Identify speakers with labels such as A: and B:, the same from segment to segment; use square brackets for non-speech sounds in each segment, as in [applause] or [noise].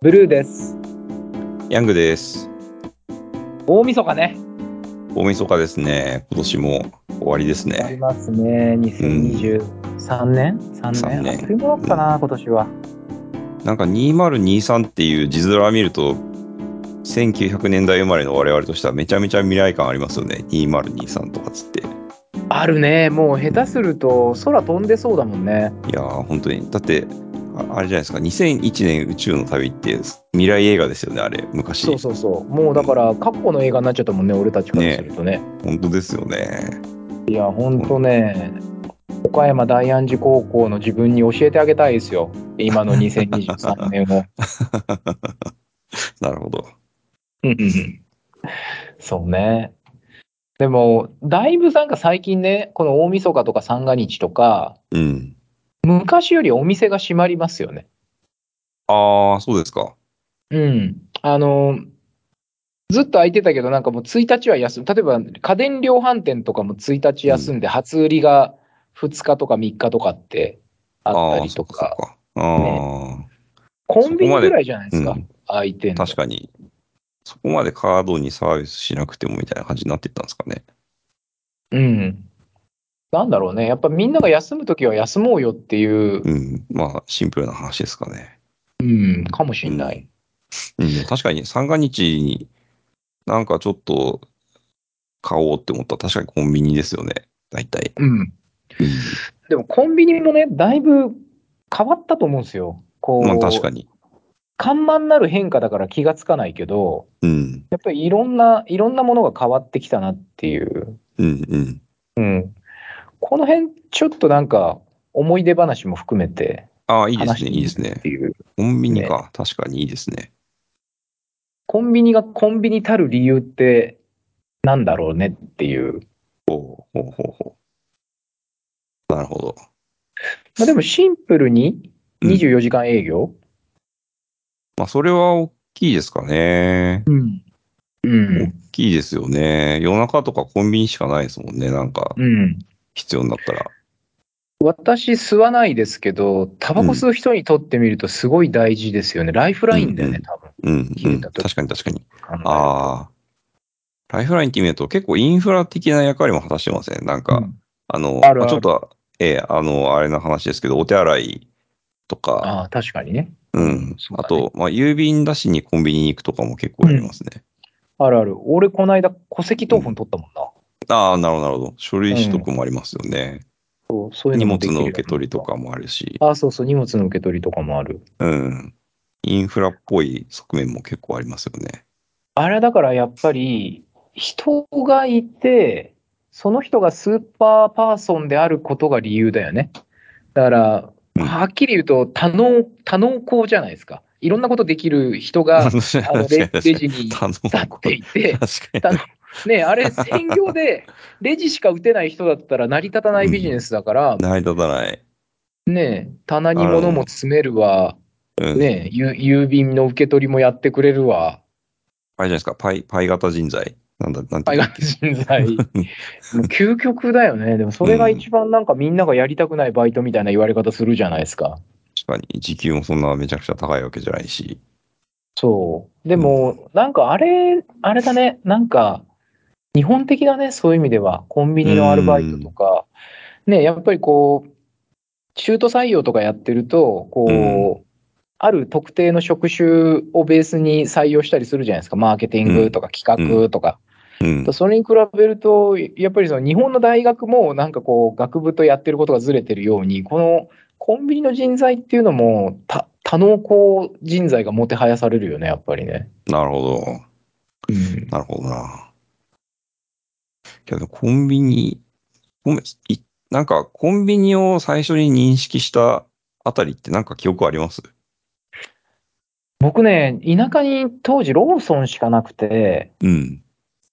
A: ブルーです。
B: ヤングです。
A: 大晦日ね。
B: 大晦日ですね。今年も終わりです
A: あり
B: ね。
A: ますね。2023年 ?3
B: 三
A: 年。
B: 年
A: あっという間だったな、今年は。
B: なんか2023っていう字面を見ると、1900年代生まれの我々としてはめちゃめちゃ未来感ありますよね。2023とかつって。い
A: あるね。もう下手すると空飛んでそうだもんね。
B: やー、本当に。だって、ああれじゃないですか。2001年宇宙の旅って未来映画ですよね、あれ。昔。
A: そうそうそう。もうだから過去の映画になっちゃったもんね、俺たちからするとね。
B: 本当ですよね。 [laughs]
A: いや、ほんとね。岡山大安寺高校の自分に教えてあげたいですよ。今の2023年 [laughs] を。
B: なるほど。
A: うんうんうんそうね。でも、だいぶなんか最近ね、この大晦日とか三が日とか、
B: うん。
A: 昔よりお店が閉まりますよね。
B: ああ、そうですか。
A: うん。あの、ずっと空いてたけど、なんかもう1日は休む。例えば家電量販店とかも1日休んで、初売りが2日とか3日とかってあったりとか、
B: あーそっかそっか。
A: コンビニぐらいじゃないです
B: ああ、
A: か、
B: うん。
A: 空いてんの
B: 確かに、そこまでカードにサービスしなくてもみたいな感じになってったんですかね。
A: うん。なんだろうね。やっぱみんなが休むときは休もうよっていう、
B: うん。まあ、シンプルな話ですかね。
A: うん、かもしんない。
B: うん、でも確かに三が日になんかちょっと買おうって思ったら確かにコンビニですよね。大体。
A: うん。
B: うん
A: でもコンビニもね、だいぶ変わったと思うんですよ。こう、
B: まあ確かに。
A: 緩慢なる変化だから気がつかないけど、
B: うん。
A: やっぱりいろんな、いろんなものが変わってきたなっていう。
B: うんうん。
A: うん。この辺、ちょっとなんか、思い出話も含めて
B: ああ、いいです
A: 話し
B: ね。
A: て
B: いい
A: みる
B: です
A: っ
B: ね
A: て。いう。
B: コンビニか。確かにいいですね。
A: コンビニがコンビニたる理由って、なんだろうねっていう。
B: ほうほうほうほう。なるほど。
A: まあ、でもシンプルに
B: うん
A: 24時間営業、
B: まあそれは大きいですかね。
A: うん、う
B: 大
A: ん。
B: きいですよね。夜中とかコンビニしかないですもんね。なんか
A: うん。
B: 必要になったら。
A: 私吸わないですけど、タバコ吸う人にとってみるとすごい大事ですよね。ライフラインだよね、
B: うん
A: 多分。
B: うん、う
A: 消え
B: ん。
A: た時
B: 確かに確かに。
A: 考えると
B: ああ。ライフラインって意味だと結構インフラ的な役割も果たしてますね。なんか、
A: うん
B: あの、
A: あるある
B: まちょっと、ええあの、あれの話ですけど、お手洗いとか、
A: ああ、確かにね。
B: うん。
A: そうだ
B: あ
A: ね
B: と、まあ、郵便出しにコンビニに行くとかも結構やりますね。
A: あるある。俺、この間、戸籍謄本取ったもんな。
B: ああ、なるほど、なるほど。書類取得もありますよね。
A: そうそういう
B: 荷
A: のも
B: 物
A: できる
B: の受け取りと。かもあるし、
A: ああ、そうそう、荷物の受け取りとかもある。
B: うん。インフラっぽい側面も結構ありますよね。
A: あれだからやっぱり、人がいて、その人がスーパーパーソンであることが理由だよね。だから、
B: うん
A: はっきり言うと多能、多能工じゃないですか。いろんなことできる人が、あ
B: [laughs] 確か
A: の
B: に確か
A: レレ
B: に確かに
A: ジに立
B: [laughs] 頼む
A: っていて、
B: 確
A: た
B: か
A: のね、あれ、専業でレジしか打てない人だったら成り立たないビジネスだから、
B: に。成り立たない。
A: ね、棚に物も詰めるわ、
B: うん。
A: ね、ゆ郵便の受け取りもやってくれるわ、
B: あれじゃないですか、パイ、パイ型人材。なんだ、なんて
A: 海
B: いう
A: 外人
B: の。
A: 材、もう究極だよね、でもそれが一番なんかみんながやりたくないバイトみたいな言われ方するじゃないですか。
B: 確かに、時給もそんなめちゃくちゃ高いわけじゃないし。
A: そう。でも、なんかあれ、あれだね、なんか、日本的だね、そういう意味では。コンビニのアルバイトとか、ね、やっぱりこう、中途採用とかやってると、こう、ある特定の職種をベースに採用したりするじゃないですか。マーケティングとか企画とか。
B: うん。
A: それに比べると、やっぱりその日本の大学もなんかこう、学部とやってることがずれてるように、このコンビニの人材っていうのも、た多能工人材がもてはやされるよね、やっぱりね。
B: なるほど。
A: うん、
B: なるほどな。けど、コンビニ、ごめん、いなんか、コンビニを最初に認識したあたりってなんか記憶あります
A: 僕ね、田舎に当時ローソンしかなくて、
B: うん。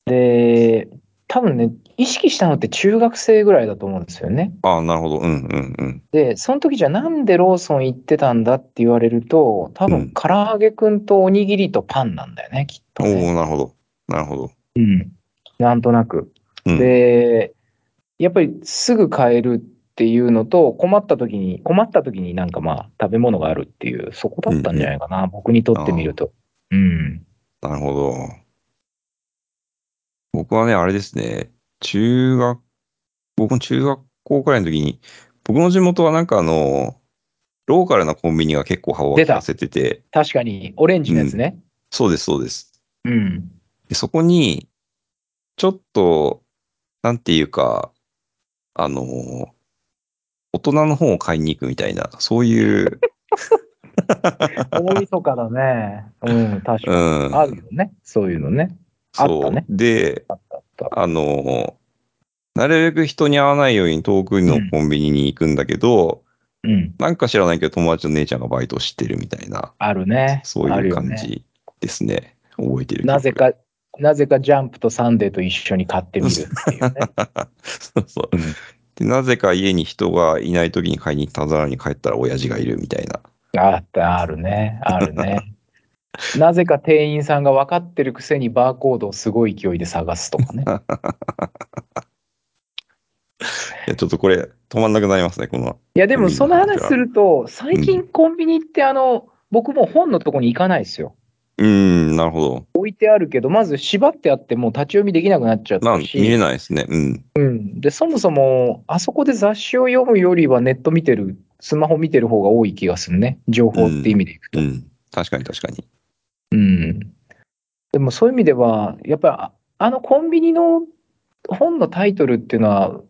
A: で、多分ね、意識したのって中学生ぐらいだと思うんですよね。
B: ああ、なるほど。うんうんうん。
A: で、その時じゃなんでローソン行ってたんだって言われると、多
B: う
A: 分
B: ん
A: 唐揚げくんとおにぎりとパンなんだよね、きっと
B: おお
A: ね、
B: なるほど。なるほど。
A: うん。なんとなく。
B: うん。
A: で、やっぱりすぐ買えるっっていうのと、困った時に、困った時になんかまあ、食べ物があるっていう、そこだったんじゃないかな、僕にとってみると。うん。
B: なるほど。僕はね、あれですね、中学、僕も中学校くらいの時に、僕の地元はなんかあの、ローカルなコンビニが結構幅を利かせてて、
A: 確かに、オレンジのやつね。
B: そうです、そうです。
A: うん。
B: で、そこに、ちょっと、なんていうか、あの、大人の本を買いに行くみたいな、そういう、
A: 大晦日だね。うん、確
B: う
A: かに。あ
B: ん、
A: るよね。そういうのね。あった
B: そう
A: ね。
B: で、
A: あった。
B: あの、なるべく人に会わないように遠くのコンビニに行くんだけど、
A: うん。
B: なんか知らないけど友達の姉ちゃんがバイトをしてるみたいな、
A: あるね。
B: そう
A: あ
B: い
A: る
B: う
A: よ
B: 感
A: ね。
B: じですね。覚えてる。
A: なぜ。か、なぜかジャンプとサンデーと一緒に買ってみるっていうね。
B: [laughs] そうそう。
A: うん
B: で、なぜか家に人がいない時に買いに行ったざらに帰ったら親父がいるみたいな。
A: あった、あるね、ある
B: [laughs]
A: ね。なぜか店員さんが分かってるくせにバーコードをすごい勢いで探すとか
B: [laughs]
A: ね。
B: いや、ちょっとこれ、止まんなくなりますね、この。
A: いや、でも
B: いいな
A: その話すると、最近コンビニってあの、僕もう本のとこに行かないですよ。
B: うーん、なるほど。
A: 置いてあるけど、まず縛ってあってもう立ち読みできなくなっちゃっ
B: まあ、
A: た
B: 見れ
A: し、
B: ないですね。うん。
A: うん、で、そもそも、あそこで雑誌を読むよりはネット見てる、スマホ見てる方が多い気がするね。情報って意味でいくと
B: う。ん。確かに確かに。
A: うん。でもそういう意味では、やっぱりああのコンビニの本のタイトルっていうのは、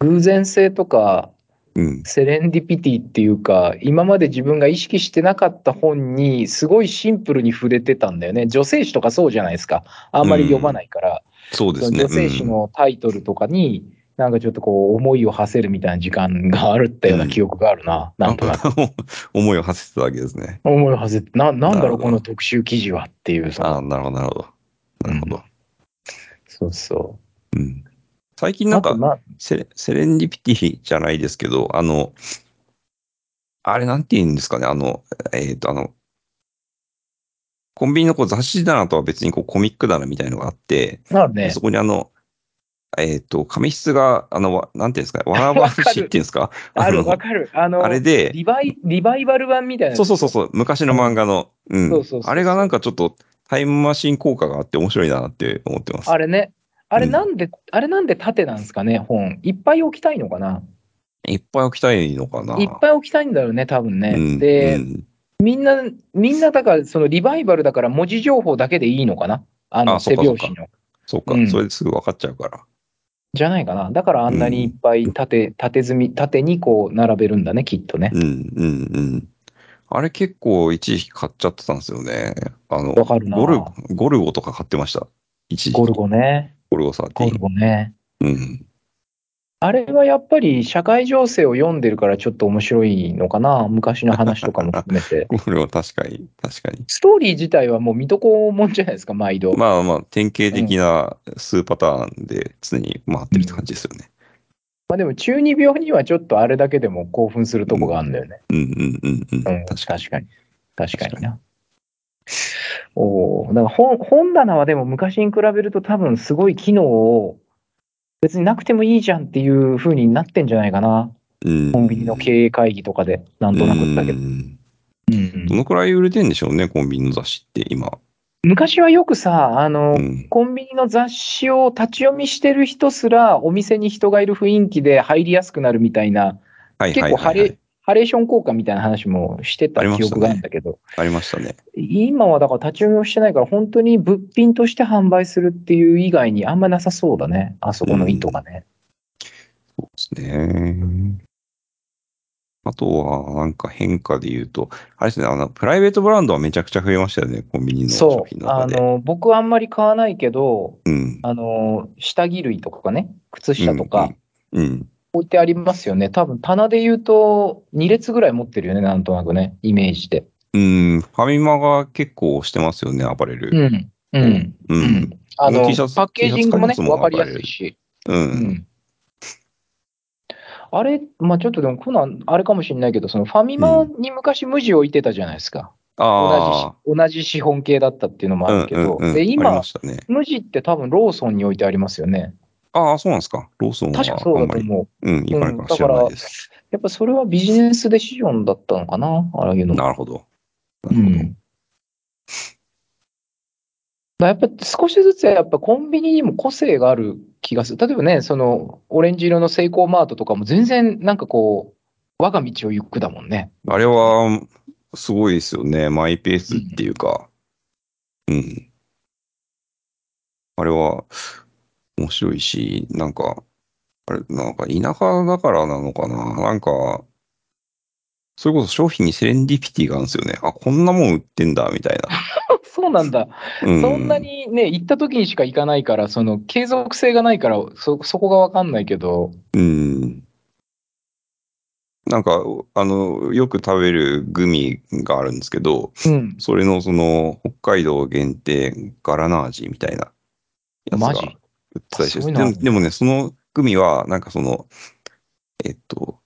A: 偶然性とか
B: うん。
A: セレンディピティっていうか、今まで自分が意識してなかった本に、すごいシンプルに触れてたんだよね。女性誌とかそうじゃないですか。あんまり読まないから、
B: そうで
A: そ
B: す
A: の
B: ね。
A: 女性誌のタイトルとかに、なんかちょっとこう、思いを馳せるみたいな時間があるったような記憶があるな、
B: うん、
A: なんとなく。
B: [laughs] 思いを馳せてたわけですね。
A: 思いを馳せて、ななんだ
B: なる
A: ろ
B: ほ
A: う、
B: ど
A: この特集記事はっていう、そ
B: ああ、
A: の、
B: なるほど、なるほど。なるほど。
A: そうそう。
B: うん。最近なん
A: あと
B: か、
A: まあ、
B: セレセレンディピティじゃないですけど、あの、あれなんて言うんですかね、あの、えっ、と、あの、コンビニのこう雑誌棚とは別にこうコミック棚みたいのがあって、
A: なるね
B: そ。こにあの、えっ、と、紙質が、あの、わなんていうんですか、わらば
A: わかる
B: んしっていうんですか
A: ある、
B: の
A: わかる。あの、
B: あれで、
A: リバイ、リバイバル版みたいなやつ
B: そうそうそうそう、昔の漫画の、うん。
A: そうそうそう
B: あれがなんかちょっとタイムマシン効果があって面白いなって思ってます。
A: あれね。あれ
B: うん
A: なんで、あれなんで縦なんですかね、本。いっぱい置きたいのかな。
B: いっぱい置きたいのかな。
A: いっぱい置きたいんだよね、多分ね。
B: うん、
A: で、
B: うん
A: みんな、みんなだから、そのリバイバルだから文字情報だけでいいのかな。あの、
B: あそ
A: 背
B: っかそっ
A: 拍
B: か
A: 子の。
B: そうか、
A: うん
B: それですぐ分かっちゃうから。
A: じゃないかな。だからあんなにいっぱい縦、縦積み、縦にこう並べるんだね、きっとね
B: う。ん、うん、うん。あれ結構一時期買っちゃってたんですよね。あの、
A: わかるな
B: ゴルゴ、ゴルゴとか買ってました。一時期。
A: ゴルゴね。
B: ゴルゴ13。
A: ゴルゴね。
B: うん。
A: あれはやっぱり社会情勢を読んでるからちょっと面白いのかな、昔の話とかも含めて
B: [laughs] 。ゴルゴ確かに、確かに。
A: ストーリー自体はもう水戸黄門じゃないですか、毎度。
B: まあまあ、典型的な数パターンで常に回ってるって感じですよね。
A: まあでも中二病にはちょっとあれだけでも興奮するとこがあるんだよね。
B: うんうんうんう
A: う
B: ん。
A: ん、
B: 確かに。
A: 確かに。確かにな。おお、だから本本棚はでも昔に比べると多分すごい機能を別になくてもいいじゃんっていう風になってんじゃないかな。
B: コ
A: コンビニの経営会議とかで、なんとなくだけど。うん
B: どのくらい売れてんでしょうね、コンビニの雑誌って今。
A: 昔はよくさ、あの、
B: うん。
A: コンビニの雑誌を立ち読みしてる人すら、お店に人がいる雰囲気で入りやすくなるみたいな、
B: はい
A: 結
B: はい
A: 構
B: は
A: ハ
B: い、はい
A: レ。ハレーション効果みたいな話もしてた記憶があるんだけど、
B: ありましたね。
A: 今はだから立ち読みをしてないから、本当に物品として販売するっていう以外にあんまなさそうだね、あそこの意図がね。
B: そうですね。あとは、なんか変化で言うと、あれですね、あの、プライベートブランドはめちゃくちゃ増えましたよね、コンビニの商
A: そ
B: 品
A: う、
B: の中
A: あ
B: で。
A: の、僕はあんまり買わないけど、
B: うん。
A: あの、下着類とかね、靴下とか、
B: うん。うん。
A: 置いてありますよね。多分棚で言うと2列ぐらい持ってるよね、なんとなくね、イメージで。
B: うん。ファミマが結構してますよね、アパレル。
A: ん。うん。
B: うん。
A: うん。あの、パ
B: もう T シャツ
A: ッケージングもね、
B: T シャツ買いますもん
A: わかりやすいし。
B: うん。
A: うん。あれ、まあちょっとでも、このあれかもしれないけど、そのファミマに昔無地置いてたじゃないですか。
B: ああ。
A: 同じ、同じ資本系だったっていうのもあるけど、
B: うんうんうん、
A: で、
B: あり
A: 今
B: ま、したね。
A: 無地って多分ローソンに置いてありますよね。
B: あああ、そうなんですか。ローソンは
A: 確かそう
B: あ
A: だ
B: んま
A: と
B: り、
A: 思う。
B: うん、行かないから知らないです。
A: やっぱそれはビジネスデシジョンだったのかな、ああいうの
B: なるほど。な
A: う
B: るほど。
A: ん。だからやっぱ少しずつやっぱコンビニにも個性がある気がする。例えばね、そのオレンジ色のセイコーマートとかも全然なんかこう、我が道を行くだもんね。
B: あれは、すごいですよね。マイペースっていうか。うん。あれは、面白いし、なんか、あれ、なんか田舎だからなのかな。なんか、それこそ商品にセレンディピティがあるんですよね。あ、こんなもん売ってんだ、みたい
A: [laughs] そうなんだ。
B: な。う
A: そんな。にね、行った時にしか行かないから、その継続性がないから、そ、そこがわかんないけど。
B: うん。なんか、あの、よく食べるグミがあるんですけど、
A: うん。
B: それのその北海道限定ガラナ味みたいなやつが
A: マ
B: 売
A: ジ
B: ってたりして
A: あそうい
B: で
A: うのある
B: も
A: んだ
B: でもね、そのグミはなんかその、えっと、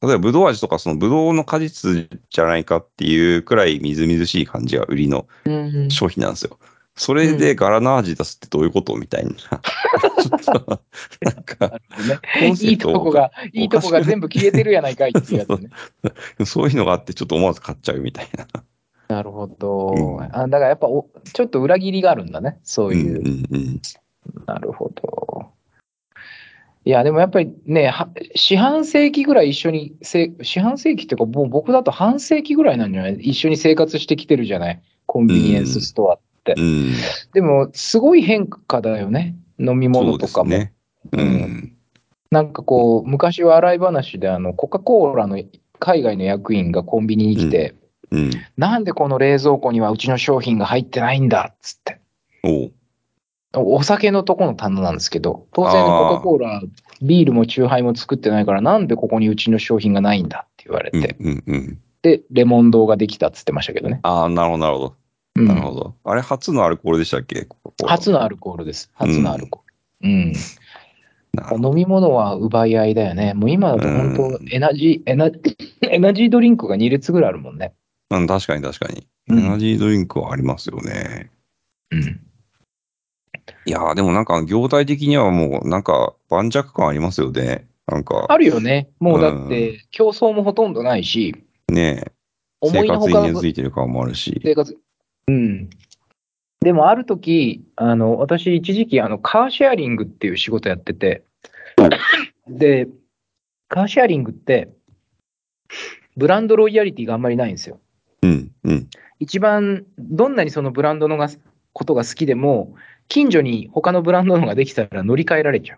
B: 例えばブドウ味とかそのブドウの果実じゃないかっていうくらいみずみずしい感じが売りの
A: うん。
B: 商品なんですよ。それでガラナ味出すってどういうことみたいな。ちょっとなんか、
A: ね
B: コン
A: [laughs] い
B: セ
A: い
B: プト
A: とこが、いいとこが全部消えてるやないかいっていうやつね。
B: そういうのがあってちょっと思わず買っちゃうみたいな。
A: なるほ
B: う
A: ど
B: ん。
A: あ、だからやっぱお、ちょっと裏切りがあるんだね。そういう。
B: うんうんうん。
A: なるほど。いや、でもやっぱりね、は四半世紀ぐらい一緒にせ、四半世紀っていうか、もう僕だと半世紀ぐらいなんじゃない一緒に生活してきてるじゃないコンビニエンスストア。
B: うん、
A: でも、すごい変化だよね。飲み
B: そ
A: 物
B: う
A: と
B: で
A: かも。
B: すね。うん。
A: なんかこう、昔は洗い話で、あの、コカ・コーラの海外の役員がコンビニに来て、
B: うん。
A: なんでこの冷蔵庫にはうちの商品が入ってないんだっつって。
B: おう
A: おお酒のとこの棚なんですけど、当然
B: あー
A: コカ・コーラ、ビールもチューハイも作ってないから、なんでここにうちの商品がないんだって言われて、
B: うんうんうん。
A: で、レモン堂ができたっつってましたけどね。
B: ああ、なるほど、なるほど。
A: うん
B: なるほど。あれ、初のアルコールでしたっけ
A: 初
B: の。
A: のアルコールです。初のアルコール。うん。
B: なるほど
A: 飲み物は奪い合いだよね。もう今だと本当
B: う、
A: エナジー、エナ、 [laughs] エナジードリンクが2列ぐらいあるもんね。
B: うん、確かに確かに。エ
A: うん
B: ナジードリンクはありますよね。
A: うん。
B: いやー、でもなんか、業態的にはもう、なんか、盤石感ありますよね。なんか、
A: あるよね。もうだって、競争もほとんどないし、
B: ねえ
A: 思
B: 生
A: いの
B: 活
A: ほ
B: に
A: か
B: 根付いてる感もあるし。
A: 生活。うん。でもある時、あの、私一時期、あの、カーシェアリングっていう仕事やってて、で、カーシェアリングって、ブランドロイヤリティがあんまりないんですよ。
B: うん、うん。
A: 一番、どんなにそのブランドのがことが好きでも、近所に他のブランドのができたら乗り換えられちゃ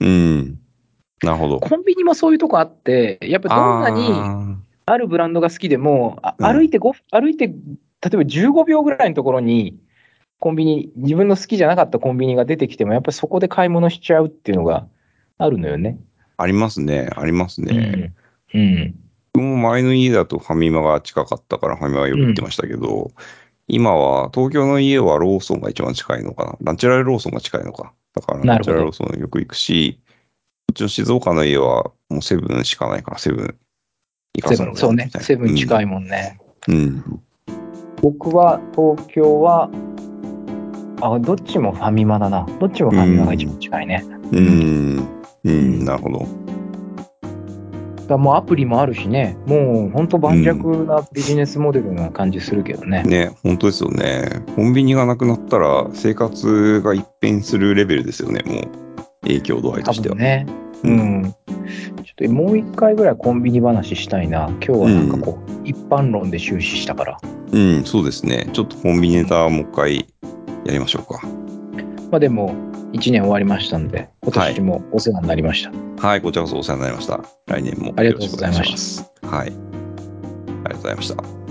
A: う。
B: うん。なるほど。
A: コンビニもそういうとこあって、やっぱどんなに
B: あ
A: あるブランドが好きでも、あ
B: うん
A: 歩いて5、歩いて、例えば15秒ぐらいのところに、コンビニ、自分の好きじゃなかったコンビニが出てきても、やっぱりそこで買い物しちゃうっていうのがあるのよね。
B: ーありますね、ありますね。
A: うん。うん。
B: 僕も前の家だとファミマが近かったからファミマはよく行ってましたけど、今は東京の家はローソンが一番近いのかな。ナチュラルローソンが近いのか。だから
A: な
B: ナ
A: る
B: チ
A: ほ
B: ュラ
A: ど
B: ルローソンよく行くし、うちの静岡の家はもうセブンしかないからセブン行か
A: セ
B: ざ
A: ブ
B: るを
A: ン、
B: 得
A: そう
B: な
A: ね
B: いみたい。な。
A: セブン近
B: い。
A: いもんね。
B: うん。
A: 僕は、東京は、あ、どっちもファミマだな。どっちもファミマが一番近いね。
B: うん。うん。うんなるほど。
A: だからもうアプリもあるしね、もう本当盤石なビジネスモデルな感じするけどね。
B: ね、本当ですよね。コンビニがなくなったら生活が一変するレベルですよね、もう。影響度合い
A: 多
B: としては。
A: 分ね。うん。ちょっともう一回ぐらいコンビニ話したいな。今日はなんかこう、一般論で終始したから。
B: うん、そうですね。ちょっとコンビニネタもう一回やりましょうか。
A: まあでも、一年終わりましたんで、今年もお世話になりました。
B: はい、こちらこそお世話になりました。来年も
A: ありがとうございました
B: よろしくお願いします。はい。ありがとうございました。